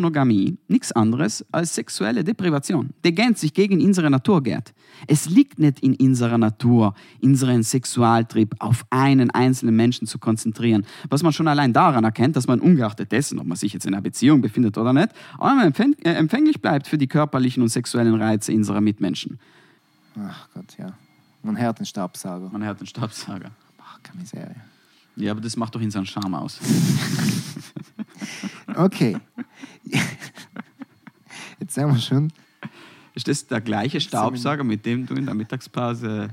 Monogamie nichts anderes als sexuelle Deprivation, die gänzlich gegen unsere Natur geht. Es liegt nicht in unserer Natur, unseren Sexualtrieb auf einen einzelnen Menschen zu konzentrieren, was man schon allein daran erkennt, dass man ungeachtet dessen, ob man sich jetzt in einer Beziehung befindet oder nicht, einmal empfäng äh, empfänglich bleibt für die körperlichen und sexuellen Reize unserer Mitmenschen. Ach Gott, ja. Man hört den Stabsauger. Man hört den Stabsager. Ach, keine Miserie. Ja, aber das macht doch unseren Charme aus. Okay. Jetzt sind wir schon. Ist das der gleiche Staubsauger, mit dem du in der Mittagspause